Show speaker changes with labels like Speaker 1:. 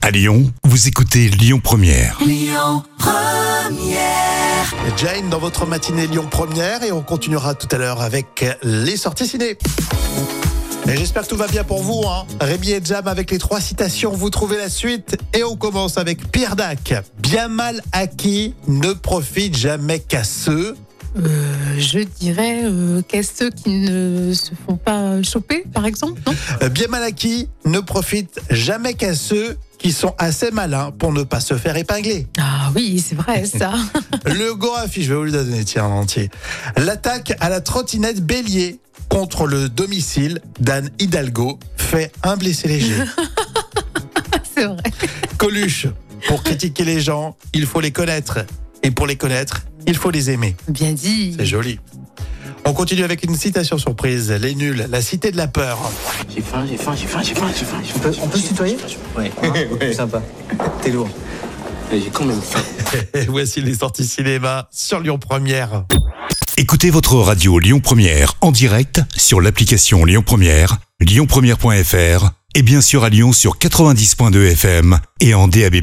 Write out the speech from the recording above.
Speaker 1: À Lyon, vous écoutez Lyon Première.
Speaker 2: Jane dans votre matinée Lyon Première et on continuera tout à l'heure avec les sorties ciné. Et j'espère que tout va bien pour vous. Hein. Rémi et Jam avec les trois citations, vous trouvez la suite. Et on commence avec Pierre Dac. Bien mal acquis ne profite jamais qu'à ceux.
Speaker 3: Euh, je dirais euh, qu'à ceux qui ne se font pas choper, par exemple, non
Speaker 2: Euh, Bien mal acquis ne profite jamais qu'à ceux qui sont assez malins pour ne pas se faire épingler.
Speaker 3: Ah oui, c'est vrai ça.
Speaker 2: Le Gorafi, je vais vous le donner, tiens, en entier. L'attaque à la trottinette bélier contre le domicile d'Anne Hidalgo fait un blessé léger.
Speaker 3: c'est vrai.
Speaker 2: Coluche, pour critiquer les gens, il faut les connaître. Et pour les connaître, il faut les aimer.
Speaker 3: Bien dit.
Speaker 2: C'est joli. On continue avec une citation surprise. Les nuls, la cité de la peur.
Speaker 4: J'ai faim, j'ai faim, j'ai faim, j'ai faim, j'ai faim. j'ai
Speaker 5: On peut,
Speaker 4: faim,
Speaker 5: on peut se
Speaker 4: j'ai-
Speaker 5: tutoyer
Speaker 4: Ouais,
Speaker 5: C'est Sympa. T'es lourd.
Speaker 4: mais j'ai quand même faim.
Speaker 2: Et voici les sorties cinéma sur Lyon Première.
Speaker 1: Écoutez votre radio Lyon Première en direct sur l'application Lyon Première, lyonpremière.fr et bien sûr à Lyon sur 90.2 FM et en DAB+.